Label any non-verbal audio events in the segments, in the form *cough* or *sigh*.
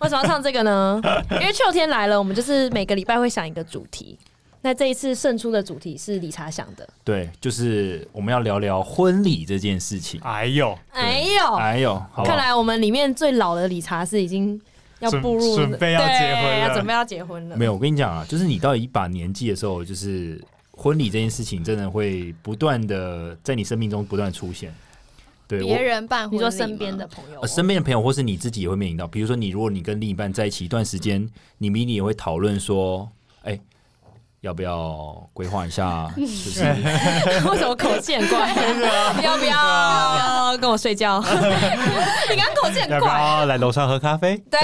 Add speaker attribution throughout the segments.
Speaker 1: 为什么要唱这个呢？因为秋天来了，我们就是每个礼拜会想一个主题。那这一次胜出的主题是理查想的。
Speaker 2: 对，就是我们要聊聊婚礼这件事情。
Speaker 3: 哦
Speaker 4: 哎呦，
Speaker 1: 哎呦，
Speaker 2: 哎呦，好不
Speaker 1: 看
Speaker 2: 好？
Speaker 1: 来我们里面最老的理查是已经要
Speaker 4: 准
Speaker 1: 步入
Speaker 4: 准备要结婚
Speaker 1: 对
Speaker 4: 了
Speaker 1: 要准备要结婚了。
Speaker 2: 没有，我跟你讲啊，就是你到一把年纪的时候，就是婚礼这件事情真的会不断的在你生命中不断地出现。对，我
Speaker 3: 别人办婚
Speaker 1: 你
Speaker 3: 礼
Speaker 1: 说
Speaker 3: 吗，
Speaker 1: 身边的朋友哦、
Speaker 2: 呃，身边的朋友或是你自己也会面临到，比如说你如果你跟另一半在一起一段时间，你们一定也会讨论说，哎、要不要规划一下？就是
Speaker 1: 为什么口气很怪？要不要跟我睡觉？你刚刚口气很
Speaker 4: *laughs* 要不
Speaker 1: 怪。
Speaker 4: 要来楼上喝咖啡？
Speaker 1: 对，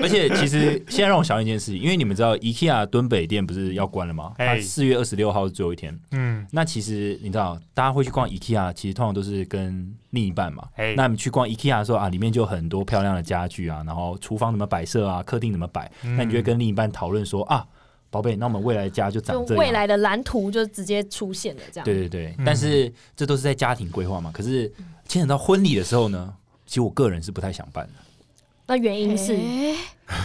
Speaker 2: 而且其实现在让我想到一件事，因为你们知道 IKEA 敦北店不是要关了吗？它
Speaker 4: 哎
Speaker 2: 四月二十六号是最后一天。
Speaker 4: 嗯，
Speaker 2: 那其实你知道，大家会去逛 IKEA，其实通常都是跟另一半嘛。
Speaker 4: 哎
Speaker 2: 那你去逛 IKEA 的时候啊，里面就有很多漂亮的家具啊，然后厨房怎么摆设啊，客厅怎么摆，那你就会跟另一半讨论说啊，宝贝，那我们未来的家就
Speaker 1: 就
Speaker 2: 长这样。
Speaker 1: 未来的蓝图就直接出现了，这样。
Speaker 2: 对对对，
Speaker 4: 嗯
Speaker 2: 但是这都是在家庭规划嘛。可是牵扯到婚礼的时候呢，其实我个人是不太想办的。
Speaker 1: 那原因是，
Speaker 3: 诶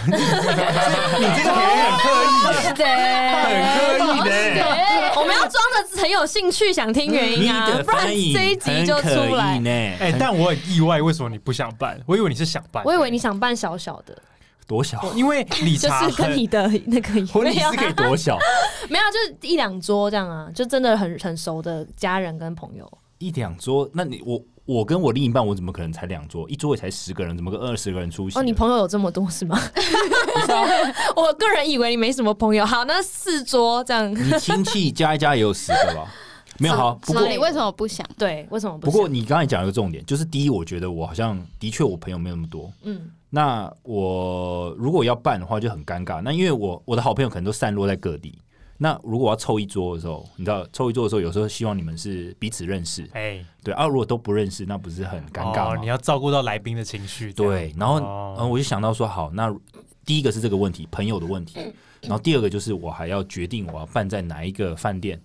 Speaker 2: 哦
Speaker 4: 你这个点很刻意耶，
Speaker 1: 对，
Speaker 4: 很刻意的。
Speaker 1: 我们要装的很有兴趣，想听原因啊，
Speaker 2: 的
Speaker 1: 不然
Speaker 2: 翻
Speaker 1: 这
Speaker 2: 译
Speaker 1: 一集就
Speaker 2: 很
Speaker 1: 出
Speaker 2: 可
Speaker 1: 来
Speaker 2: 以。呢。
Speaker 4: 哎、
Speaker 2: 很
Speaker 4: 但我很意外，为什么你不想办？我以为你是想办，
Speaker 1: 我以为你想办小小的，
Speaker 2: 多小？
Speaker 4: 因为理
Speaker 1: 就
Speaker 4: 查
Speaker 1: 是跟
Speaker 4: 很
Speaker 1: 你的那个 *laughs*
Speaker 2: 婚礼
Speaker 1: 没有
Speaker 2: 是可以多小？
Speaker 1: 没有，就是一两桌这样啊，就真的很很熟的家人跟朋友。
Speaker 2: 一两桌？那你我我跟我另一半，我怎么可能才两桌？一桌也才十个人，怎么个二十个人出席？
Speaker 1: 哦，你朋友有这么多是吗？ *laughs* 我个人以为你没什么朋友。好，那四桌这样，
Speaker 2: 你亲戚加一加也有十个
Speaker 1: *laughs*
Speaker 2: 吧？没有好，不
Speaker 3: 所
Speaker 2: 过
Speaker 3: 以为什么不想？
Speaker 1: 对，为什么不
Speaker 2: 不
Speaker 1: 行？
Speaker 2: 过你刚才讲了一个重点，就是第一，我觉得我好像的确我朋友没有那么多，
Speaker 1: 嗯，
Speaker 2: 那我如果要办的话就很尴尬。那因为我我的好朋友可能都散落在各地。那如果我要凑一桌的时候，你知道凑一桌的时候，有时候希望你们是彼此认识，
Speaker 4: 哎、
Speaker 2: 对啊。如果都不认识，那不是很尴尬
Speaker 4: 哦
Speaker 2: 吗？
Speaker 4: 你要照顾到来宾的情绪。这样，
Speaker 2: 对，然后、
Speaker 4: 哦
Speaker 2: 嗯，我就想到说，好，那第一个是这个问题，朋友的问题，
Speaker 1: 嗯
Speaker 2: 然后第二个就是我还要决定我要办在哪一个
Speaker 1: *laughs*
Speaker 2: 饭店，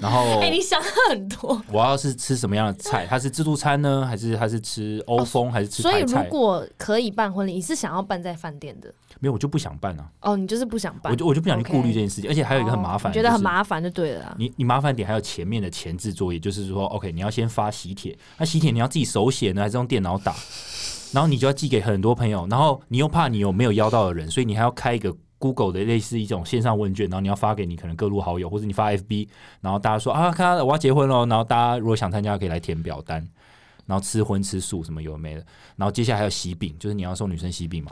Speaker 2: 然后
Speaker 1: 哎、你想很多。
Speaker 2: 我要是吃什么样的菜，它是自助餐呢，还是它是吃欧风，还是吃
Speaker 1: 哦所以
Speaker 2: 台
Speaker 1: 如
Speaker 2: 菜？
Speaker 1: 果可以办婚礼，你是想要办在饭店的
Speaker 2: 没有，我就不想办啊，
Speaker 1: 哦，你就是不想办，
Speaker 2: 我就我就不想去
Speaker 1: OK
Speaker 2: 顾虑这件事情，而且还有一个很麻
Speaker 1: 哦
Speaker 2: 烦，
Speaker 1: 你觉得很。麻烦就对了啊、
Speaker 2: 你你麻烦点还有前面的前置作业，就是说，OK，你要先发喜帖，那喜帖你要自己手写呢，还是用电脑打？然后你就要寄给很多朋友，然后你又怕你有没有邀到的人，所以你还要开一个 Google 的类似一种线上问卷，然后你要发给你可能各路好友，或者你发 FB，然后大家说啊，看到我要结婚喽，然后大家如果想参加可以来填表单，然后吃荤吃素什么有的没的，然后接下来还有喜饼，就是你要送女生喜饼嘛，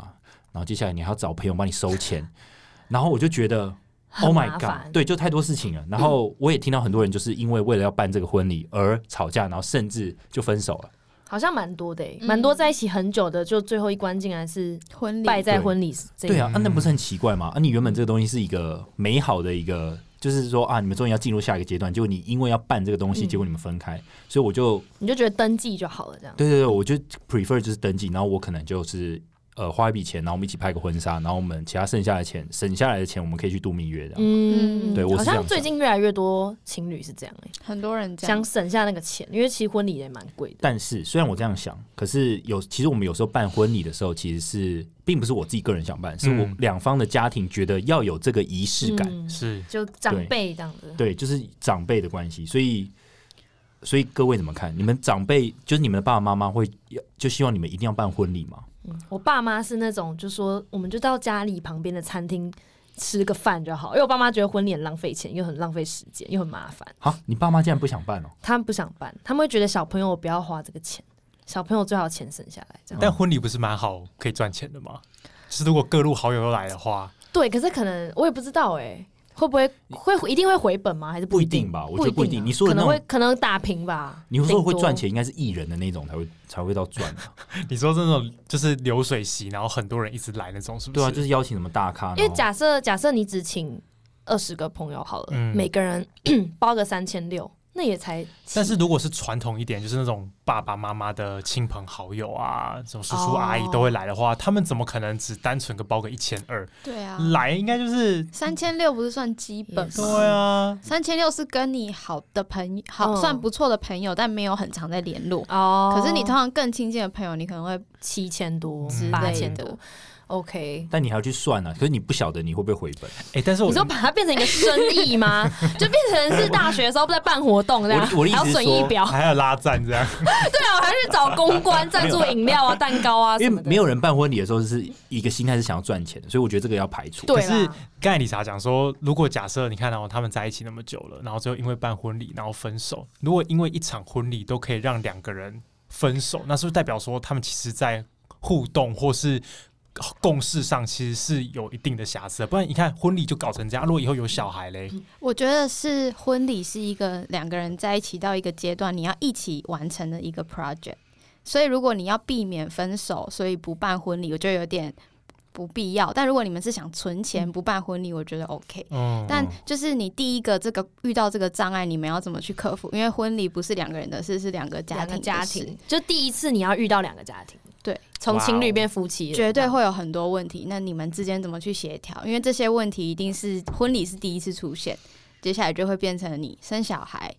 Speaker 2: 然后接下来你还要找朋友帮你收钱， *laughs* 然后我就觉得。Oh
Speaker 1: 很
Speaker 2: my
Speaker 1: 麻烦
Speaker 2: god！对，就太多事情了。然后我也听到很多人就是因为为了要办这个婚礼而吵架，然后甚至就分手了。
Speaker 1: 好像蛮多的、欸，
Speaker 3: 嗯
Speaker 1: 蛮、多在一起很久的，就最后一关竟然是
Speaker 3: 婚礼
Speaker 1: 败在
Speaker 2: 对
Speaker 1: 婚礼这一
Speaker 2: 对啊，啊那
Speaker 4: 嗯
Speaker 2: 不是很奇怪吗？啊，你原本这个东西是一个美好的一个，就是说啊，你们终于要进入下一个阶段，结果你因为要办这个东西，
Speaker 1: 嗯
Speaker 2: 结果你们分开，所以我就
Speaker 1: 你就觉得登记就好了，这样。
Speaker 2: 对啊对对，我就 prefer 就是登记，然后我可能就是呃花一笔钱，然后我们一起拍个婚纱，然后我们其他剩下的钱省下来的钱，我们可以去度蜜月的。
Speaker 1: 嗯，
Speaker 2: 对我是
Speaker 1: 好
Speaker 2: 这
Speaker 1: 像
Speaker 2: 样想
Speaker 1: 最近越来越多情侣是这样、欸，
Speaker 3: 很多人这样
Speaker 1: 想，省下那个钱，因为其实婚礼也蛮贵的。
Speaker 2: 但是虽然我这样想，可是有其实我们有时候办婚礼的时候，其实是并不是我自己个人想办，是我
Speaker 4: 嗯
Speaker 2: 两方的家庭觉得要有这个仪式感。
Speaker 1: 嗯
Speaker 4: 是
Speaker 1: 就长辈这样子。
Speaker 2: 对，就是长辈的关系，所以所以各位怎么看？你们长辈就是你们的爸爸妈妈会就希望你们一定要办婚礼吗？
Speaker 1: 嗯我爸妈是那种，就说我们就到家里旁边的餐厅吃个饭就好，因为我爸妈觉得婚礼很浪费钱，又很浪费时间，又很麻烦，
Speaker 2: 啊，你爸妈竟然不想办哦？
Speaker 1: 他们不想办，他们会觉得小朋友不要花这个钱，小朋友最好钱省下
Speaker 2: 嗯
Speaker 1: 来这样。
Speaker 4: 但婚礼不是蛮好可以赚钱的吗？就是如果各路好友都来的话，
Speaker 1: 对，可是可能我也不知道哎、会不会会一定会回本吗？还是
Speaker 2: 不
Speaker 1: 一
Speaker 2: 一定吧我觉得不一定
Speaker 1: 啊
Speaker 2: 你说的
Speaker 1: 可能
Speaker 2: 那
Speaker 1: 会
Speaker 2: 种
Speaker 1: 可能打平吧。
Speaker 2: 你说会
Speaker 1: 顶多
Speaker 2: 赚钱，应该是艺人的那种才会才会到赚啊、
Speaker 4: 你说这种就是流水席，然后很多人一直来那种，是不
Speaker 2: 对
Speaker 4: 是？
Speaker 2: 啊，就是邀请什么大咖，
Speaker 1: 因为
Speaker 2: 然后
Speaker 1: 假设假设你只请二十个朋友好了，
Speaker 4: 嗯
Speaker 1: 每个人 *clears throat* 包个三千六，那也才七，
Speaker 4: 但是如果是传统一点，就是那种爸爸妈妈的亲朋好友啊，什么叔叔阿姨
Speaker 1: 哦
Speaker 4: 都会来的话，他们怎么可能只单纯个包个一千二？
Speaker 3: 对啊，
Speaker 4: 来应该就是
Speaker 3: 三千六不是算基本
Speaker 1: 嗯也是
Speaker 3: 吗？
Speaker 4: 对啊，
Speaker 3: 三千六是跟你好的朋友，好、
Speaker 1: 嗯
Speaker 3: 算不错的朋友，但没有很常在联络。
Speaker 1: 哦，
Speaker 3: 可是你通常更亲近的朋友，你可能会
Speaker 1: 七千多
Speaker 4: 之、类
Speaker 1: 八
Speaker 3: 之
Speaker 1: 千
Speaker 3: 类
Speaker 1: 多
Speaker 3: 的。
Speaker 1: ，OK。
Speaker 2: 但你还要去算啊，可是你不晓得你会不会回本。
Speaker 4: 哎、但是我
Speaker 1: 你说把它变成一个生意吗？ *laughs* 就变成是大学的时候在办活动这样，
Speaker 2: 我的
Speaker 1: 还
Speaker 2: 我
Speaker 1: 要
Speaker 2: 的意思是
Speaker 1: 损益
Speaker 2: 说
Speaker 1: 表。
Speaker 4: 还有拉赞这样，
Speaker 1: 对啊，我还去找公关赞助饮料啊、蛋糕啊什
Speaker 2: 因
Speaker 1: 么
Speaker 2: 为
Speaker 1: 的。
Speaker 2: 没有人办婚礼的时候是一个心态是想要赚钱的，所以我觉得这个要排除。
Speaker 1: 对
Speaker 4: 可是
Speaker 1: 啦，
Speaker 4: 刚才理查讲说，如果假设你看到、他们在一起那么久了，然后最后因为办婚礼然后分手，如果因为一场婚礼都可以让两个人分手，那是不是代表说他们其实在互动或是？共识上其实是有一定的瑕疵的，不然你看婚礼就搞成这样。如果以后有小孩嘞，
Speaker 3: 我觉得是婚礼是一个两个人在一起到一个阶段，你要一起完成的一个 project。所以如果你要避免分手，所以不办婚礼，我觉得有点不必要。但如果你们是想存
Speaker 1: 嗯
Speaker 3: 钱不办婚礼，我觉得 OK。
Speaker 1: 哦
Speaker 4: 嗯，
Speaker 3: 但就是你第一个这个遇到这个障碍，你们要怎么去克服？因为婚礼不是两个人的事，是两个家
Speaker 1: 两
Speaker 3: 庭
Speaker 1: 个
Speaker 3: 的
Speaker 1: 家
Speaker 3: 事
Speaker 1: 庭，就第一次你要遇到两个家庭，
Speaker 3: 对，
Speaker 1: 从
Speaker 4: 哇哦
Speaker 1: 情侣变夫妻了，
Speaker 3: 绝对会有很多问题。那你们之间怎么去协调？因为这些问题一定是婚礼是第一次出现，接下来就会变成你生小孩、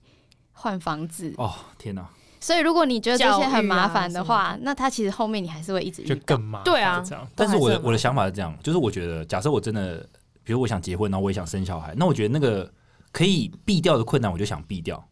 Speaker 3: 换房子。
Speaker 2: 哦，天哪、
Speaker 3: 所以如果你觉得这些很麻烦的
Speaker 1: 教育啊
Speaker 3: 话，那它其实后面你还是会一直遇
Speaker 4: 就
Speaker 3: 到。
Speaker 4: 更麻烦。
Speaker 1: 对啊
Speaker 4: 这样
Speaker 2: 但是我
Speaker 1: 都还是
Speaker 2: 的
Speaker 1: 很
Speaker 2: 我的想法是这样，就是我觉得，假设我真的，比如我想结婚，然后我也想生小孩，那我觉得那个可以避掉的困难，我就想避掉。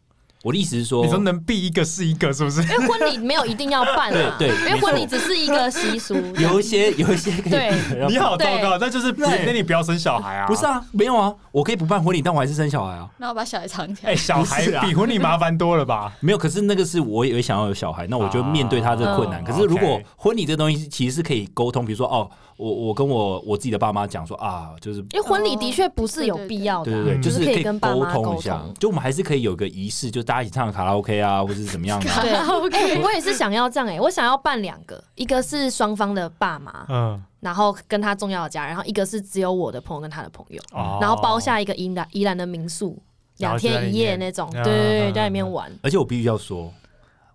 Speaker 2: 我的意思是说，
Speaker 4: 你说能避一个是一个，是不是？
Speaker 1: 因为婚礼没有一定要办啊，
Speaker 2: *laughs* 对对
Speaker 1: 因为
Speaker 2: 没错
Speaker 1: 婚礼只是一个习俗，
Speaker 2: *laughs* 有一些有一些可以，
Speaker 1: 对
Speaker 4: 你好糟
Speaker 1: 对，
Speaker 4: 糕那就是不
Speaker 2: 对
Speaker 4: 那你不要生小孩啊！
Speaker 2: 不是啊，没有啊，我可以不办婚礼，但我还是生小孩啊。
Speaker 3: 那我把小孩藏起
Speaker 4: 哎、
Speaker 3: 来。
Speaker 4: 小孩
Speaker 2: 不是啊
Speaker 4: 比婚礼麻烦多了吧？
Speaker 2: 没有，可是那个是我也想要有小孩，那我就面对他这个困难。
Speaker 1: 啊
Speaker 2: 可是如果
Speaker 4: OK
Speaker 2: 婚礼这东西其实是可以沟通，比如说哦，我我跟我我自己的爸妈讲说啊，就是
Speaker 1: 因为婚礼的确不是有必要的
Speaker 2: 对
Speaker 1: 啊，
Speaker 2: 对对，
Speaker 4: 嗯
Speaker 2: 就是
Speaker 1: 可
Speaker 2: 可
Speaker 1: 以
Speaker 2: 以
Speaker 1: 跟爸
Speaker 2: 沟
Speaker 1: 妈
Speaker 2: 通
Speaker 1: 沟
Speaker 2: 一下
Speaker 1: 通，。
Speaker 2: 就我们还是可以有个仪式，就大家一起唱卡拉 OK 啊，或是怎么样
Speaker 1: *laughs*
Speaker 2: 的、啊。
Speaker 3: 对
Speaker 1: 哎、我也是想要这样哎、我想要办两个，一个是双方的爸妈，
Speaker 4: *laughs* 嗯，
Speaker 1: 然后跟他重要的家人，然后一个是只有我的朋友跟他的朋友，
Speaker 4: 哦
Speaker 1: 然后包下一个宜兰宜兰的民宿，
Speaker 4: 然
Speaker 1: 两
Speaker 4: 后就在
Speaker 1: 天
Speaker 4: 里
Speaker 1: 一夜
Speaker 4: 面
Speaker 1: 那种，对
Speaker 4: 嗯
Speaker 1: 对
Speaker 4: 嗯
Speaker 1: 对，
Speaker 4: 嗯
Speaker 1: 在里面玩。
Speaker 2: 而且我必须要说，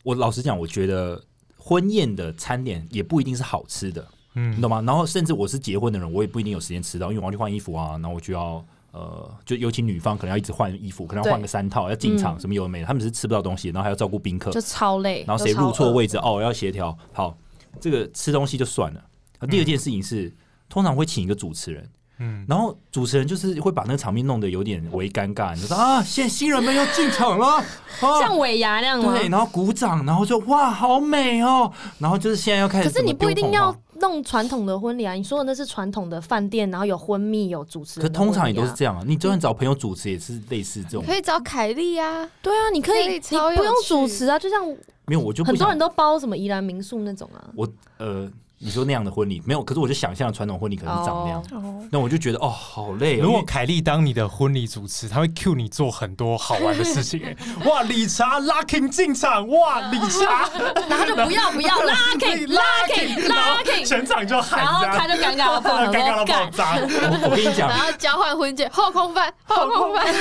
Speaker 2: 我老实讲，我觉得婚宴的餐点也不一定是好吃的，你
Speaker 4: 嗯
Speaker 2: 懂吗？然后甚至我是结婚的人，我也不一定有时间吃到，因为我要去换衣服啊，然后我就要。呃，就尤其女方可能要一直换衣服，可能要换个三套，要进场什么有的没的，他们是吃不到东西，然后还要照顾宾客，
Speaker 1: 嗯就超累，
Speaker 2: 然后谁入错位置哦，要协调。好，这个吃东西就算了。啊第
Speaker 1: 嗯
Speaker 2: 二件事情是，通常会请一个主持人，
Speaker 4: 嗯，
Speaker 2: 然后主持人就是会把那个场面弄得有点微尴尬，你就说啊，现在新人们要进场了，啊，
Speaker 1: 像尾牙那样吗？
Speaker 2: 对，然后鼓掌，然后就哇，好美哦，然后就是现在要开始
Speaker 1: 可
Speaker 2: 怎
Speaker 1: 是
Speaker 2: 么
Speaker 1: 你
Speaker 2: 丢啊
Speaker 1: 不
Speaker 2: 捧花。
Speaker 1: 一定要弄传统的婚礼啊，你说的那是传统的饭店，然后有婚蜜有主持
Speaker 2: 可
Speaker 1: 人的婚
Speaker 2: 通
Speaker 1: 礼啊、
Speaker 2: 常也都是这样啊，你就算找朋友主持也是类似这种。
Speaker 3: 可以找凯
Speaker 2: *laughs*
Speaker 3: 莉啊，
Speaker 1: 对啊，你可以
Speaker 3: 可以
Speaker 1: 你
Speaker 3: 超有
Speaker 1: 不用
Speaker 3: 趣
Speaker 1: 主持啊，就像
Speaker 2: 没有，我就不
Speaker 1: 很多
Speaker 2: 想
Speaker 1: 人都包什么宜兰民宿那种
Speaker 2: *laughs*
Speaker 1: 啊。
Speaker 2: 我呃，你说那样的婚礼没有，可是我就想象传统婚礼可能是长那样，
Speaker 3: 哦，
Speaker 2: 那我就觉得哦，好累、哦。
Speaker 4: 如
Speaker 2: 因
Speaker 4: 果
Speaker 2: 为
Speaker 4: 凯莉当你的婚礼主持，她会 cue 你做很多好玩的事情、哎哇，理查 locking 进场，哇，理查
Speaker 1: 然后他就不要不要
Speaker 4: *laughs*
Speaker 1: lucky lucky
Speaker 4: 然后
Speaker 1: lucky，
Speaker 4: 全场就
Speaker 1: 然后
Speaker 4: 喊
Speaker 1: 他
Speaker 4: 这
Speaker 1: 就
Speaker 4: 样，
Speaker 1: 尴尬到爆，
Speaker 2: *laughs*
Speaker 4: 尴尬到
Speaker 1: 我说
Speaker 4: 爆
Speaker 1: 干。
Speaker 4: 炸。
Speaker 2: 我跟你
Speaker 1: *laughs*
Speaker 2: 讲
Speaker 3: 然，后交换婚戒，后空翻，后空翻，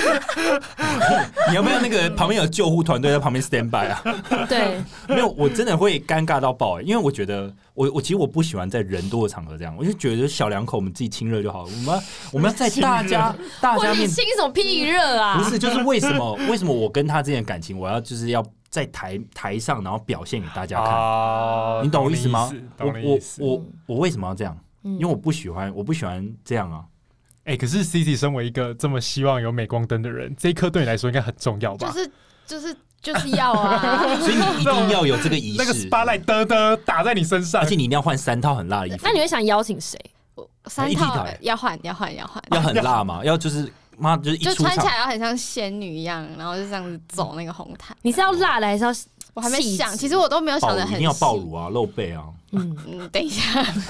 Speaker 2: 你要不要那个旁边有救护团队在旁边 stand by 啊？
Speaker 1: 对，
Speaker 2: 没有，我真的会尴尬到爆、欸，因为我觉得我我其实我不喜欢在人多的场合这样，我就觉得小两口我们自己亲热就好，我们要我们要在大家 *laughs* 大
Speaker 1: 婚
Speaker 2: 家
Speaker 1: 礼
Speaker 2: 面嗯
Speaker 1: 亲什么屁热啊？
Speaker 2: 不是，就是为什么为什么我跟他之间的感情，我要就是要在台台上然后表现给大家看，
Speaker 4: 哦
Speaker 2: 你懂我
Speaker 4: 意
Speaker 2: 意思吗？我
Speaker 4: 懂你
Speaker 2: 我
Speaker 4: 意思。
Speaker 2: 我我为什么要这样？
Speaker 1: 嗯
Speaker 2: 因为我不喜欢，我不喜欢这样啊。
Speaker 4: 哎、可是 C C 身为一个这么希望有镁光灯的人，这一刻对你来说应该很重要吧？
Speaker 3: 就是就是就是
Speaker 2: *laughs*
Speaker 3: 要啊。
Speaker 2: 所以你一定要有这个仪
Speaker 4: 那个
Speaker 2: 式，
Speaker 4: spotlight 嘚嘚打在你身上，
Speaker 2: 而且你一定要换三套很辣的衣服
Speaker 1: 那，你会想邀请谁？
Speaker 3: 我三
Speaker 2: 一起
Speaker 3: 套
Speaker 2: 打欸
Speaker 3: 要换，要换，要换。
Speaker 2: 要很辣嘛，要就是妈就是一
Speaker 3: 就
Speaker 2: 出
Speaker 3: 穿起
Speaker 2: 场
Speaker 3: 来要很像仙女一样，然后就这样子走那个红毯。
Speaker 1: 你是要辣的还是要？
Speaker 3: 我还没
Speaker 1: 气质
Speaker 3: 想，其实我都没有
Speaker 2: 暴露
Speaker 3: 想的
Speaker 2: 一
Speaker 3: 很
Speaker 2: 定要暴露啊，露背啊。
Speaker 1: 嗯，
Speaker 3: 细。嗯，等一下，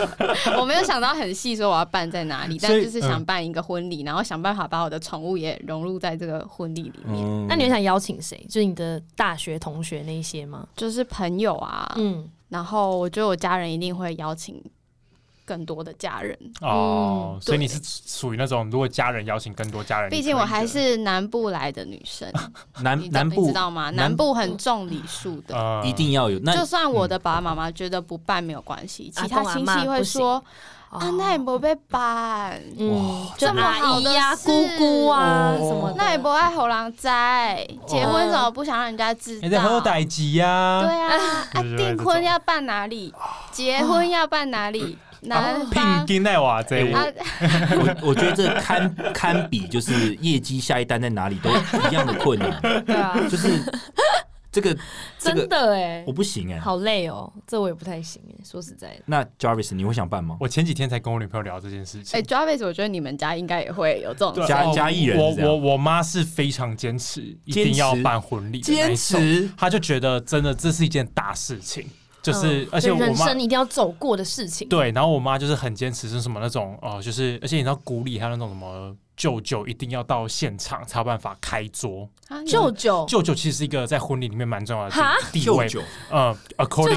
Speaker 3: *laughs* 我没有想到很细，说我要办在哪里，但
Speaker 4: 所以
Speaker 3: 就是想办一个婚礼，然后想办法把我的宠物也融入在这个婚礼里面，
Speaker 2: 嗯，
Speaker 1: 那你会想邀请谁？就是你的大学同学那一些吗？
Speaker 3: 就是朋友啊。
Speaker 1: 嗯，
Speaker 3: 然后我觉得我家人一定会邀请更多的家人。
Speaker 4: 哦
Speaker 1: 嗯，
Speaker 4: 所以你
Speaker 3: 对
Speaker 4: 是属于那种如果家人邀请更多家人，
Speaker 3: 毕
Speaker 4: 你
Speaker 3: 竟
Speaker 4: 可
Speaker 3: 我
Speaker 4: 以
Speaker 3: 还
Speaker 4: 的
Speaker 3: 是南部来的女生，你
Speaker 2: 南
Speaker 3: 知
Speaker 2: 啊南
Speaker 3: 你知
Speaker 2: 部
Speaker 3: 道吗？
Speaker 2: 南
Speaker 3: 南部很重礼数的，
Speaker 4: 呃
Speaker 2: 一定要有，那嗯
Speaker 3: 就算我的爸爸妈妈觉得不办没有关系，
Speaker 1: 阿
Speaker 3: 其他
Speaker 1: 公啊阿
Speaker 3: 亲
Speaker 1: 嬷
Speaker 3: 戚会
Speaker 1: 不行哦
Speaker 3: 说啊，那也不被办，
Speaker 1: 嗯，
Speaker 3: 这
Speaker 1: 就
Speaker 3: 么好
Speaker 1: 阿姨
Speaker 3: 的
Speaker 1: 呀、
Speaker 3: 事哦
Speaker 1: 姑姑啊什么的，
Speaker 3: 那也不爱猴狼灾，结婚怎么不想让人家知道？
Speaker 4: 你在喝歹吉呀？
Speaker 3: 对啊，
Speaker 4: 就
Speaker 3: 啊，
Speaker 4: 是
Speaker 3: 订
Speaker 4: 会这
Speaker 3: 婚
Speaker 4: 种
Speaker 3: 要办哪里？结婚要办哪里？男
Speaker 4: 聘
Speaker 3: 方
Speaker 4: 金奈瓦这
Speaker 2: 哎
Speaker 3: 啊，
Speaker 2: 我我觉得这堪堪比就是业绩下一单在哪里都一样的
Speaker 1: *laughs*
Speaker 2: 困难，
Speaker 1: 对啊，
Speaker 2: 就是这个这
Speaker 1: 真
Speaker 2: 个
Speaker 1: 的哎、
Speaker 2: 我不行哎、
Speaker 1: 好累哦，这我也不太行哎、说实在的，
Speaker 2: 那 Jarvis 你会想办吗？
Speaker 4: 我前几天才跟我女朋友聊这件事情
Speaker 3: 哎。，Jarvis，我觉得你们家应该也会有这种
Speaker 4: 对
Speaker 3: 事
Speaker 2: 家
Speaker 4: 哦
Speaker 2: 家艺人
Speaker 4: 我
Speaker 2: 是这样
Speaker 4: 我我妈是非常坚持，一
Speaker 2: 坚
Speaker 4: 定要
Speaker 2: 持
Speaker 4: 办婚礼，
Speaker 2: 坚，持
Speaker 4: 她就觉得真的这是一件大事情，就是
Speaker 1: 嗯
Speaker 4: 而且
Speaker 1: 就
Speaker 4: 我
Speaker 1: 人
Speaker 4: 妈
Speaker 1: 生一定要走过的事情，
Speaker 4: 对，然后我妈就是很坚持，是什么那种呃，就是而且你知道鼓里还有那种什么舅舅一定要到现场才有办法开桌，
Speaker 3: 啊你
Speaker 1: 舅舅
Speaker 4: 舅舅其实是一个在婚礼里面蛮重要的
Speaker 1: 哦哈
Speaker 4: 地地位，
Speaker 2: 舅舅
Speaker 4: 呃，according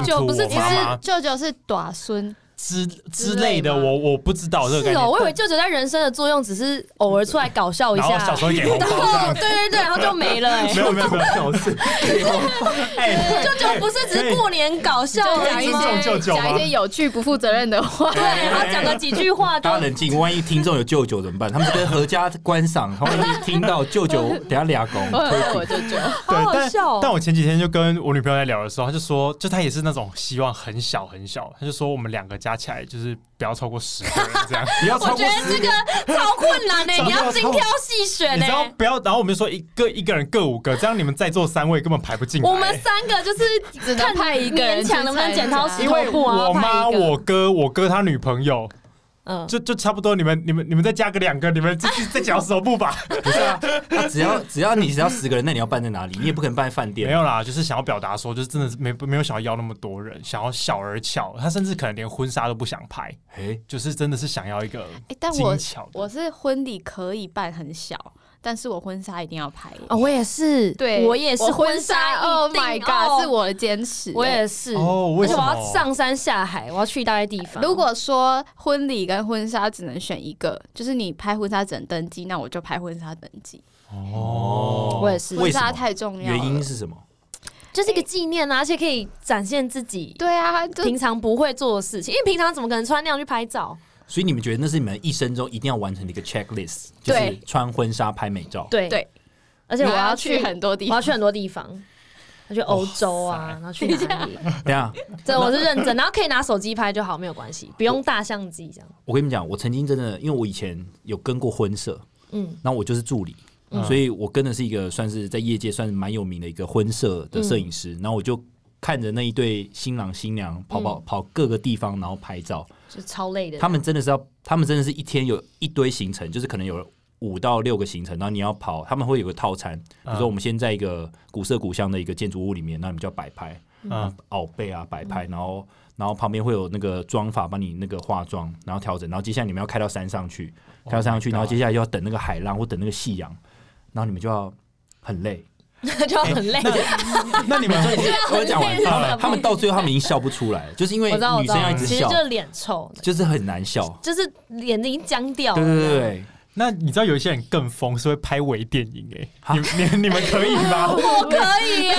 Speaker 1: 舅舅
Speaker 4: to
Speaker 1: 不是
Speaker 4: 我
Speaker 1: 只
Speaker 3: 其
Speaker 4: 妈
Speaker 3: 实
Speaker 4: 妈
Speaker 3: 舅舅是短孙，
Speaker 4: 之之
Speaker 1: 之
Speaker 4: 类
Speaker 1: 类
Speaker 4: 的，
Speaker 1: 吗
Speaker 4: 我我不知道这个概
Speaker 1: 是
Speaker 4: 念
Speaker 1: 哦，我以为舅舅在人生的作用只是偶尔出来搞笑一
Speaker 4: 然
Speaker 1: 下，
Speaker 4: 后小时候
Speaker 1: *laughs*
Speaker 4: 演红
Speaker 1: 然
Speaker 4: 包
Speaker 1: 后
Speaker 4: 这样
Speaker 1: 对对对，然后就没了哎、
Speaker 4: *laughs* 没有没有没有，是哎，
Speaker 1: 舅舅不是只是过年搞笑
Speaker 3: 就
Speaker 1: 而
Speaker 3: 讲
Speaker 1: 已
Speaker 3: 一
Speaker 4: 尊
Speaker 1: 吗，
Speaker 4: 重舅
Speaker 3: 些
Speaker 4: 舅吗
Speaker 3: 讲一些有趣不负责任的话。
Speaker 1: 对，然后讲个几句话就
Speaker 2: 大家冷静，万一听众有舅舅怎么办？他们就跟合家观赏，他们一听到舅舅，等下俩
Speaker 3: *laughs*
Speaker 2: 公
Speaker 3: 我很爱我舅舅，
Speaker 1: 好好
Speaker 4: 但
Speaker 1: 笑、
Speaker 4: 但
Speaker 1: 哦。
Speaker 4: 我前几天就跟我女朋友在聊的时候，她就说，就她也是那种希望很小很小，她就说我们两个加起来就是不要超过十个人这样，
Speaker 2: 不
Speaker 1: *laughs*
Speaker 2: 要
Speaker 1: 我
Speaker 2: 超
Speaker 1: 觉
Speaker 2: 过
Speaker 1: 得这个超困难的、
Speaker 4: *laughs* 超
Speaker 1: 你要
Speaker 4: 过
Speaker 1: 精挑细选欸
Speaker 4: 你
Speaker 1: 呢、
Speaker 4: 知道不要，然后我们就说一个一个人各五个，这样你们在座三位根本排不进来。
Speaker 1: 我们三个就是
Speaker 3: 只能
Speaker 1: 看
Speaker 3: 派一个人
Speaker 1: 勉强能不能
Speaker 3: 去参
Speaker 1: 剪刀
Speaker 3: 加
Speaker 1: 石
Speaker 4: 因
Speaker 1: 头
Speaker 4: 为
Speaker 1: 布啊，
Speaker 4: 我妈、
Speaker 1: 派一个
Speaker 4: 我哥、我哥他女朋友，
Speaker 1: 嗯，
Speaker 4: 就就差不多。你们、你们、你们再加个两个，你们自己再讲手部吧。
Speaker 2: 不是啊，他只要只要你只要十个人，那你要办在哪里？你也不可能办在饭
Speaker 4: 没
Speaker 2: 店。
Speaker 4: 有啦，就是想要表达说，就是真的是没没有想要要那么多人，想要小而巧。他甚至可能连婚纱都不想拍，
Speaker 2: 哎，
Speaker 4: 就是真的是想要一个
Speaker 3: 哎但我
Speaker 4: 精巧的。
Speaker 3: 我是婚礼可以办很小，但是我婚纱一定要拍。
Speaker 1: 哦，我也是，
Speaker 3: 对，
Speaker 1: 我也是
Speaker 3: 婚
Speaker 1: 纱一定。
Speaker 3: Oh my god，
Speaker 1: 哦
Speaker 3: 是我的坚持。
Speaker 1: 我也是，
Speaker 4: 哦为
Speaker 1: 而且
Speaker 4: 什
Speaker 1: 我
Speaker 4: 么
Speaker 1: 要上山下海，我要去一大堆地方。
Speaker 3: 如果说婚礼跟婚纱只能选一个，就是你拍婚纱只能登记，那我就拍婚纱登记。
Speaker 2: 哦
Speaker 1: 我也是
Speaker 3: 婚
Speaker 2: 为什
Speaker 3: 纱
Speaker 2: 么？
Speaker 3: 太重要了。
Speaker 2: 原因是什么？
Speaker 1: 就是一个纪念啊，而且可以展现自己
Speaker 3: 对啊，就
Speaker 1: 平常不会做的事情，因为平常怎么可能穿那样去拍照？
Speaker 2: 所以你们觉得那是你们一生中一定要完成的一个 checklist，就是
Speaker 3: 对
Speaker 2: 穿婚纱拍美照。
Speaker 1: 对
Speaker 3: 对，
Speaker 1: 而
Speaker 3: 而
Speaker 1: 且我
Speaker 3: 要
Speaker 1: 要
Speaker 3: 去
Speaker 1: 去
Speaker 3: 很多地
Speaker 1: 我
Speaker 3: 方
Speaker 1: 要。去很多地方。要去欧洲啊，然后去哪里？
Speaker 2: 对啊，
Speaker 1: 这我是认真，然后可以拿手机拍就好，没有关系，不用大相机这样。
Speaker 2: 我跟你们讲，我曾经真的，因为我以前有跟过婚摄，
Speaker 1: 嗯，
Speaker 2: 然后我就是助理，
Speaker 4: 嗯
Speaker 2: 所以我跟的是一个算是在业界算是蛮有名的一个婚摄的摄影师，然后我就看着那一对新郎新娘跑跑、跑各个地方，然后拍照，
Speaker 1: 就超累的。
Speaker 2: 他们真的是要，他们真的是一天有一堆行程，就是可能有五到六个行程，然后你要跑，他们会有个套餐，比如说我们先在一个古色古香的一个建筑物里面，那你们就要摆拍，
Speaker 4: 嗯，
Speaker 2: 鳌背啊摆拍，然后然后旁边会有那个妆法帮你那个化妆，然后调整，然后接下来你们要开到山上去，开到山上去，
Speaker 4: my
Speaker 2: 然后
Speaker 4: God
Speaker 2: 接下来又要等那个海浪或等那个夕阳，然后你们就要很累。
Speaker 1: 们就哦很累，
Speaker 4: 那你们会
Speaker 2: 我讲完
Speaker 1: 很，累
Speaker 2: 他
Speaker 1: 真的
Speaker 2: 们他们到最后他们已经笑不出来了，就是因为
Speaker 1: 我知道，我
Speaker 2: 女
Speaker 1: 知
Speaker 2: 生要
Speaker 1: 道
Speaker 2: 一，直
Speaker 1: 其实
Speaker 2: 笑
Speaker 1: 就，是脸臭，
Speaker 2: 就是很难笑。
Speaker 1: 就是脸已经僵掉了。
Speaker 2: 对对对对，
Speaker 4: 那你知道有一些人更疯，是会拍微电影哎、
Speaker 2: 哈
Speaker 4: 你你你们可以吗？
Speaker 1: 我可以耶、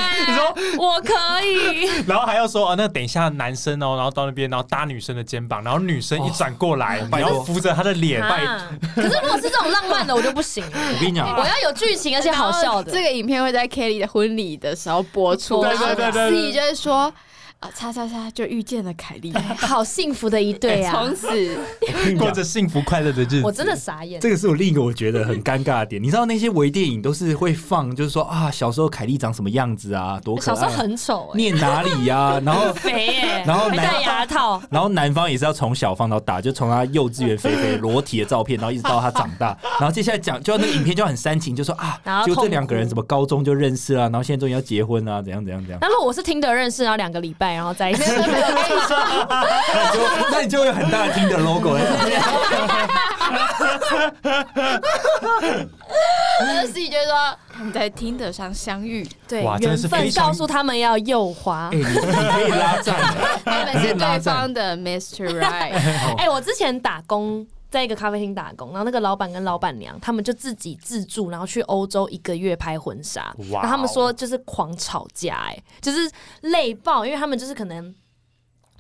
Speaker 1: 我可以，
Speaker 4: 然后还要说啊，那等一下男生哦，然后到那边，然后搭女生的肩膀，然后女生一转过来，
Speaker 2: 拜
Speaker 4: 然后
Speaker 2: 托
Speaker 4: 扶着她的脸，
Speaker 1: 啊！可是如果是这种浪漫的，我就不行了。
Speaker 2: 我跟你讲，
Speaker 1: 我要有剧情，而且好笑的
Speaker 3: 这。个影片会在 Kelly 的婚礼的时候播出，
Speaker 1: 对
Speaker 3: 然后
Speaker 1: 对对
Speaker 4: 对对
Speaker 3: 司仪就会说啊，叉叉叉就遇见了凯莉，
Speaker 1: 好幸福的一 *laughs* 对啊
Speaker 3: 从！此
Speaker 4: 过着幸福快乐的日子。
Speaker 1: 我真的傻眼。
Speaker 2: 这个是我另一个我觉得很尴尬的点。你知道那些微电影都是会放，就是说啊，小时候凯莉长什么样子啊，多可
Speaker 1: 小时候
Speaker 2: 爱啊，
Speaker 1: 很丑、欸，
Speaker 2: 念哪里呀、然后
Speaker 1: 肥耶、
Speaker 2: 然后
Speaker 1: 还
Speaker 2: 男
Speaker 1: 戴牙套，
Speaker 2: 然后男方也是要从小放到大，就从他幼稚园肥肥裸体的照片，然后一直到他长大，然后接下来讲，就那个影片就很煽情，就说啊
Speaker 1: 然后，
Speaker 2: 就
Speaker 1: 痛
Speaker 2: 这
Speaker 1: 苦
Speaker 2: 两个人怎么高中就认识了、然后现在终于要结婚啊，怎样怎
Speaker 1: *laughs*
Speaker 2: 样怎样，
Speaker 1: 然后我是听得认识，然后两个礼拜，然后在一起。
Speaker 2: 那就那你就会有很大的听哎的 logo 在上面。
Speaker 3: 然后自己就会说他们在听得上相遇，
Speaker 1: 对
Speaker 4: 哇啊真的
Speaker 1: 缘
Speaker 4: 是
Speaker 1: 分
Speaker 4: 非常
Speaker 1: 告诉他们要右滑
Speaker 2: 哎、。你你可以拉赞 *laughs* 的，
Speaker 3: 他们是对方
Speaker 1: *laughs*
Speaker 3: 的 Mr. Right，
Speaker 4: 哦
Speaker 1: 哎、我之前打工在一个咖啡厅打工，然后那个老板跟老板娘他们就自己自助，然后去欧洲一个月拍婚纱，
Speaker 4: 哇哦
Speaker 1: 然后他们说就是狂吵架、哎，就是累爆，因为他们就是可能。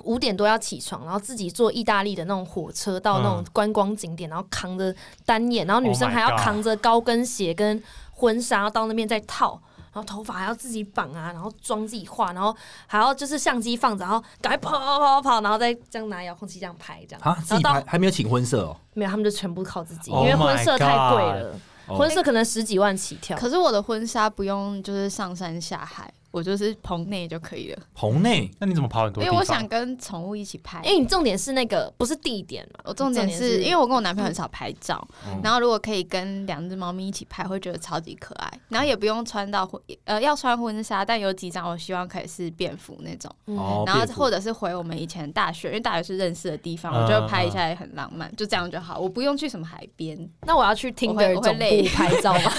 Speaker 1: 五点多要起床，然后自己坐意大利的那种火车到那种
Speaker 4: 嗯
Speaker 1: 观光景点，然后扛着单眼，然后女
Speaker 4: Oh
Speaker 1: 生
Speaker 4: my
Speaker 1: 还要
Speaker 4: God
Speaker 1: 扛着高跟鞋跟婚纱到那边再套，然后头发还要自己绑啊，然后妆自己化，然后还要就是相机放着，然后赶快跑跑跑跑跑，然后再这样拿遥控器这样拍这样。
Speaker 2: 啊，自
Speaker 1: 然后
Speaker 2: 己
Speaker 1: 到
Speaker 2: 还还没有请婚社哦。
Speaker 1: 没有，他们就全部靠自己，因
Speaker 4: Oh
Speaker 1: 为婚摄
Speaker 4: my Oh
Speaker 1: 太贵了，
Speaker 2: 哦
Speaker 1: 婚摄可能十几万起跳。
Speaker 3: 可是我的婚纱不用就是上山下海，我就是棚内就可以了，
Speaker 2: 棚内
Speaker 4: *laughs* 那你怎么跑很多
Speaker 3: 因
Speaker 4: 地
Speaker 3: 为
Speaker 4: 方？
Speaker 3: 哎我想跟宠物一起拍
Speaker 1: 因。为你重点是那个不是地点嘛，
Speaker 3: 我重点
Speaker 1: 重
Speaker 3: 是
Speaker 1: 点是
Speaker 3: 因为我跟我男朋友很少拍照，
Speaker 2: 嗯
Speaker 3: 然后如果可以跟两只猫咪一起拍，会觉得超级可爱。然后也不用穿到婚呃要穿婚纱，但有几张我希望可以是便服那种。
Speaker 1: 嗯
Speaker 2: 哦，
Speaker 3: 然后
Speaker 2: 便服
Speaker 3: 或者是回我们以前大学，因为大学是认识的地方，
Speaker 4: 嗯
Speaker 3: 我就拍一下也很浪漫，就这样就好。我不用去什么海边，
Speaker 2: *laughs*
Speaker 1: 那我要去
Speaker 3: 我会
Speaker 1: Tinder
Speaker 3: 我会
Speaker 1: 总
Speaker 3: 累
Speaker 1: 部拍照吗？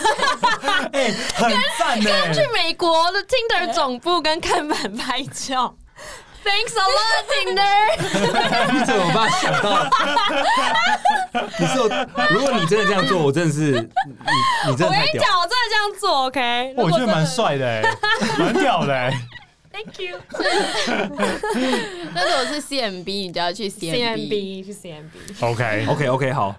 Speaker 4: 哎、很赞欸
Speaker 1: *laughs*
Speaker 4: 呢、
Speaker 1: 去美国的
Speaker 3: *laughs*
Speaker 1: Tinder 总部跟看板拍照。Thanks a lot,
Speaker 4: *laughs*
Speaker 1: Tinder。
Speaker 2: *laughs* 你怎么把它想到？ *laughs* 你是有，如果你真的这样做，我真的是你，你真的
Speaker 1: 我跟
Speaker 2: 太
Speaker 1: 你
Speaker 2: 屌。
Speaker 1: 讲，我真的这样做，OK？
Speaker 4: 哦我觉得蛮。帅的、
Speaker 1: *laughs*
Speaker 4: 欸，蛮屌的、欸。
Speaker 1: Thank *laughs* you。
Speaker 3: 那如果是 CMB，你就要去 CMB。
Speaker 1: CMB 去 CMB， *laughs*
Speaker 4: OK，
Speaker 2: OK OK，好，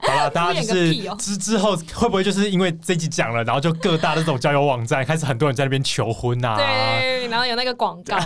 Speaker 4: 好了，大家就
Speaker 1: 敷衍个
Speaker 4: 是
Speaker 1: 屁哦
Speaker 4: 之之后会不会就是因为这集讲了，然后就各大这种交友网站开始很多人在那边求婚啊？
Speaker 1: 对，然后有那个广
Speaker 4: *laughs*
Speaker 1: 告，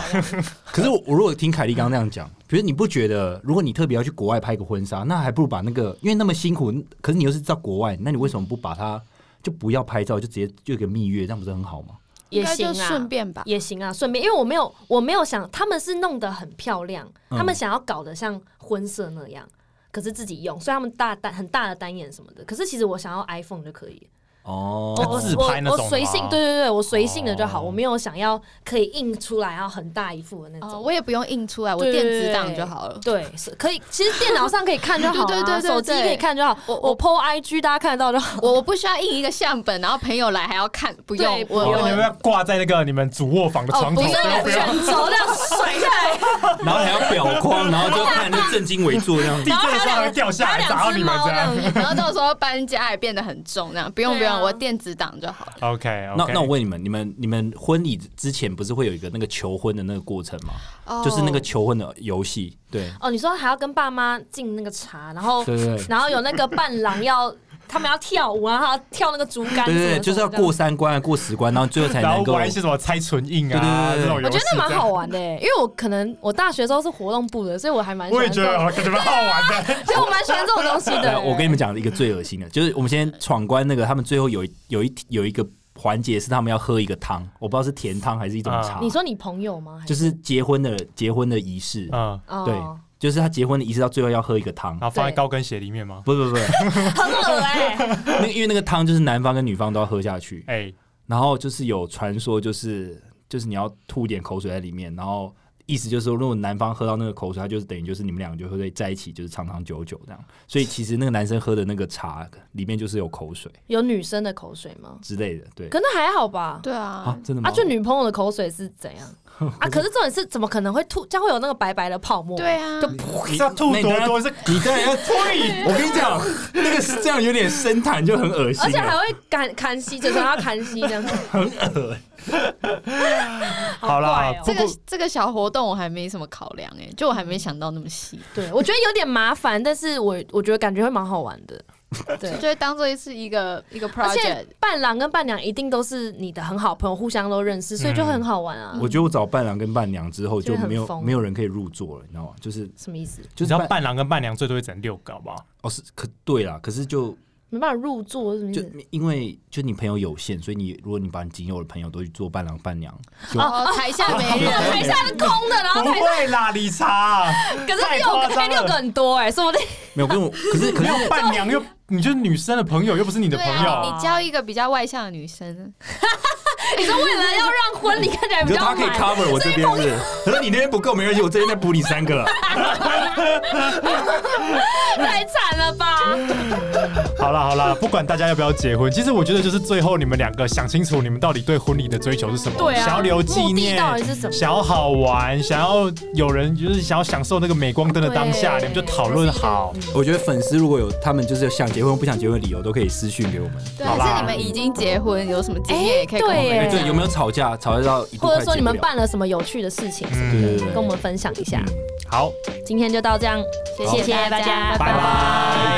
Speaker 2: 可是我我如果听凯莉刚刚那样讲，比如你不觉得，如果你特别要去国外拍个婚纱，那还不如把那个，因为那么辛苦，可是你又是在国外，那你为什么不把它就不要拍照，就直接就一个蜜月，这样不是很好吗？
Speaker 1: 也
Speaker 3: 应该
Speaker 1: 行
Speaker 3: 就
Speaker 1: 啊，
Speaker 3: 顺便吧，
Speaker 1: 也行啊，顺便，因为我没有，我没有想，他们是弄得很漂亮，
Speaker 2: 嗯
Speaker 1: 他们想要搞得像婚摄那样，可是自己用，所以他们大单很大的单眼什么的，可是其实我想要 iPhone 就可以，
Speaker 2: 哦
Speaker 1: 我
Speaker 4: 那自拍那
Speaker 1: 我
Speaker 4: 种
Speaker 1: 我随性，
Speaker 4: 吗
Speaker 1: 对对对，我随性的就好，
Speaker 4: 哦
Speaker 1: 我没有想要可以印出来然后很大一幅的那种，
Speaker 3: 哦，我也不用印出来，我
Speaker 1: 对
Speaker 3: 电子档就好了。
Speaker 1: 对是可以，其实电脑上可以看就好、啊，
Speaker 3: 哦 *laughs* 对对对对对
Speaker 1: 手机可以看就好，我我 PO IG 大家看得到就好，
Speaker 3: 我我不需要印一个相本，然后朋友来还要看，不用
Speaker 1: 对
Speaker 3: 我
Speaker 1: 不
Speaker 4: 然
Speaker 1: 用
Speaker 4: 后哦你们
Speaker 3: 我
Speaker 4: 要挂在那个你们主卧房的
Speaker 3: 哦
Speaker 4: 床头，
Speaker 3: 不用
Speaker 4: 不用不
Speaker 3: 不用
Speaker 4: 用，
Speaker 1: *laughs* 手这样甩下来，
Speaker 2: 然后还要表框，然后就看就正襟危坐这样
Speaker 4: 地。
Speaker 1: *laughs*
Speaker 4: 震的时候还会掉下
Speaker 1: 还
Speaker 4: 来
Speaker 1: 有
Speaker 4: 砸到
Speaker 1: 两
Speaker 4: 你
Speaker 1: 只
Speaker 4: 们
Speaker 1: 猫
Speaker 4: 这
Speaker 1: 这样
Speaker 4: 样。
Speaker 1: 子。
Speaker 3: 然后到时候搬家也变得很重，那样不用不
Speaker 1: 对啊
Speaker 3: 用，我电子档就好了。
Speaker 4: OK，
Speaker 2: 那那我问你们，你们你们婚礼之前不是会有一个那个求婚的那个过程吗？
Speaker 3: 哦
Speaker 2: 就是那个求婚的游戏，对
Speaker 1: 哦，你说还要跟爸妈敬那个茶，然后
Speaker 2: 对对对
Speaker 1: 然后有那个伴郎要他们要跳舞啊，然后要跳那个竹竿什
Speaker 2: 对
Speaker 1: 么的，
Speaker 2: 对对，就是要过三关啊过十关，然后最后才
Speaker 4: 然后
Speaker 2: 能够
Speaker 4: 玩一些什么猜唇印啊
Speaker 2: 对对对对
Speaker 4: 这种
Speaker 1: 我
Speaker 4: 游戏，
Speaker 1: 觉得蛮好玩的欸，因为我可能我大学的时候是活动部的，所以我还蛮
Speaker 4: 这
Speaker 1: 喜
Speaker 4: 样。我
Speaker 1: 欢
Speaker 4: 也
Speaker 1: 这种，
Speaker 4: 觉得好感觉蛮好玩的。
Speaker 1: 所以我蛮喜欢这种东西
Speaker 2: *laughs* 对
Speaker 1: 的。
Speaker 2: 我跟你们讲一个最恶心的，就是我们先闯关那个，他们最后有一有一有一个环节是他们要喝一个汤，我不知道是甜汤还是一种茶，
Speaker 4: 啊
Speaker 1: 你说你朋友吗？还
Speaker 2: 就是结婚的结婚的仪式，
Speaker 4: 嗯，
Speaker 1: 哦
Speaker 2: 对，就是他结婚的仪式到最后要喝一个汤，
Speaker 4: 然后放在高跟鞋里面吗？
Speaker 2: 不 *laughs* 不不，
Speaker 1: 很恶哎，
Speaker 2: 那因为那个汤就是男方跟女方都要喝下去，
Speaker 4: 哎，
Speaker 2: 然后就是有传说，就是就是你要吐一点口水在里面，然后意思就是说，如果男方喝到那个口水，他就是等于就是你们两个就会在一起，就是长长久久这样。所以其实那个男生喝的那个茶里面就是有口水
Speaker 1: 有女生的口水吗？
Speaker 2: 之类的，对。
Speaker 1: 可能还好吧。
Speaker 3: 对
Speaker 2: 啊
Speaker 3: 啊，，
Speaker 2: 真的
Speaker 1: 啊，
Speaker 2: 吗？
Speaker 1: 就女朋友的口水是怎样啊？可是重点是，怎么可能会吐？将会有那个白白的泡沫？
Speaker 3: 对啊
Speaker 1: 就
Speaker 2: 你
Speaker 4: 这样吐
Speaker 2: 那你当
Speaker 4: 多
Speaker 2: 然
Speaker 4: 多是
Speaker 2: 你
Speaker 4: *laughs*
Speaker 2: 当然要脱离。 *laughs* 我跟你讲，那个是这样有点深谈就很
Speaker 4: 啊
Speaker 2: 恶心了，欸
Speaker 1: 而且还会砍砍息，就是要砍息
Speaker 4: *laughs*
Speaker 1: 这样子，很 *laughs* 恶。
Speaker 4: 好啦
Speaker 1: 怪哦
Speaker 3: 这个这个小活动我还没什么考量哎，就我还没想到那么细，
Speaker 1: 对我觉得有点麻烦，但是我我觉得感觉会蛮好玩
Speaker 4: *laughs*
Speaker 1: 的。对
Speaker 3: 就，会当做是一个一个
Speaker 1: 而且哦
Speaker 3: project。
Speaker 1: 伴郎跟伴娘一定都是你的很好朋友，互相都认识，
Speaker 4: 嗯
Speaker 1: 所以就很好玩啊。
Speaker 2: 我觉得我找伴郎跟伴娘之后就
Speaker 1: 就很
Speaker 2: 没有
Speaker 1: 疯
Speaker 2: 没有人可以入座了，你知道吗？就是
Speaker 1: 什么意思？
Speaker 2: 就是
Speaker 4: 你知道
Speaker 2: 伴
Speaker 4: 伴郎跟伴娘最多也只能六个，好不好？
Speaker 2: 哦是可对啦，可是就
Speaker 1: 没办法入座是什么意
Speaker 2: 就
Speaker 1: 思？
Speaker 2: 因为就你朋友有限，所以你如果你把你仅有的朋友都去做伴郎伴娘，就
Speaker 3: 哦，台
Speaker 1: 啊
Speaker 3: 下
Speaker 1: *laughs*
Speaker 3: 没人，
Speaker 1: 台下是空的，然后
Speaker 4: 不
Speaker 1: 台
Speaker 4: 会啦，理查，
Speaker 1: 可是
Speaker 4: 太
Speaker 1: 六
Speaker 4: 夸
Speaker 1: 个哎
Speaker 4: 张
Speaker 1: 六个
Speaker 4: 了。
Speaker 1: 很多哎，说不定 *laughs*
Speaker 2: 没有跟我，可是可
Speaker 4: 没
Speaker 2: 是
Speaker 4: 有伴娘又，你就是女生的朋友，又不是你的
Speaker 3: 对
Speaker 4: 朋
Speaker 3: 啊，
Speaker 4: 友。
Speaker 3: 你交一个比较外向的女生，
Speaker 1: 你是为了要让婚礼看起来
Speaker 2: 你
Speaker 1: 比
Speaker 2: 说
Speaker 1: 较
Speaker 2: 他可以
Speaker 1: 满，
Speaker 2: cover 我这边是不是，可是你那边不够没关系，我这边再补你三
Speaker 1: *laughs*
Speaker 2: 个了。
Speaker 1: 太惨了吧？
Speaker 4: 嗯好啦好啦，不管大家要不要结婚，其实我觉得就是最后你们两个想清楚，你们到底对婚礼的追求是什么？
Speaker 1: 对啊
Speaker 4: 想要留纪
Speaker 1: 目
Speaker 4: 念
Speaker 1: 的到底是什么
Speaker 4: 想要好玩，想要有人就是想要享受那个镁光灯的当下，你
Speaker 1: 对
Speaker 4: 们就讨论好。
Speaker 2: 我觉得粉丝如果有他们就是想结婚不想结婚的理由，都可以私讯给我们。
Speaker 3: 对，
Speaker 4: 好
Speaker 3: 还
Speaker 4: 啦
Speaker 3: 是你们已经结婚，有什么经验也可以跟我
Speaker 1: 啊哎对
Speaker 3: 们
Speaker 1: 耶
Speaker 2: 哎，
Speaker 3: 分享
Speaker 2: 对，有没有吵架？吵架到一度
Speaker 1: 或
Speaker 2: 快
Speaker 1: 者
Speaker 2: 结
Speaker 1: 说你
Speaker 2: 不
Speaker 1: 们
Speaker 2: 了
Speaker 1: 办了什么有趣的事情，
Speaker 4: 嗯
Speaker 2: 对对对
Speaker 1: 跟我们分享一下。
Speaker 2: 嗯
Speaker 4: 好，
Speaker 1: 今天就到这样，
Speaker 3: 谢谢
Speaker 1: 谢谢
Speaker 3: 大
Speaker 1: 大
Speaker 3: 家
Speaker 1: 家，
Speaker 4: 拜拜。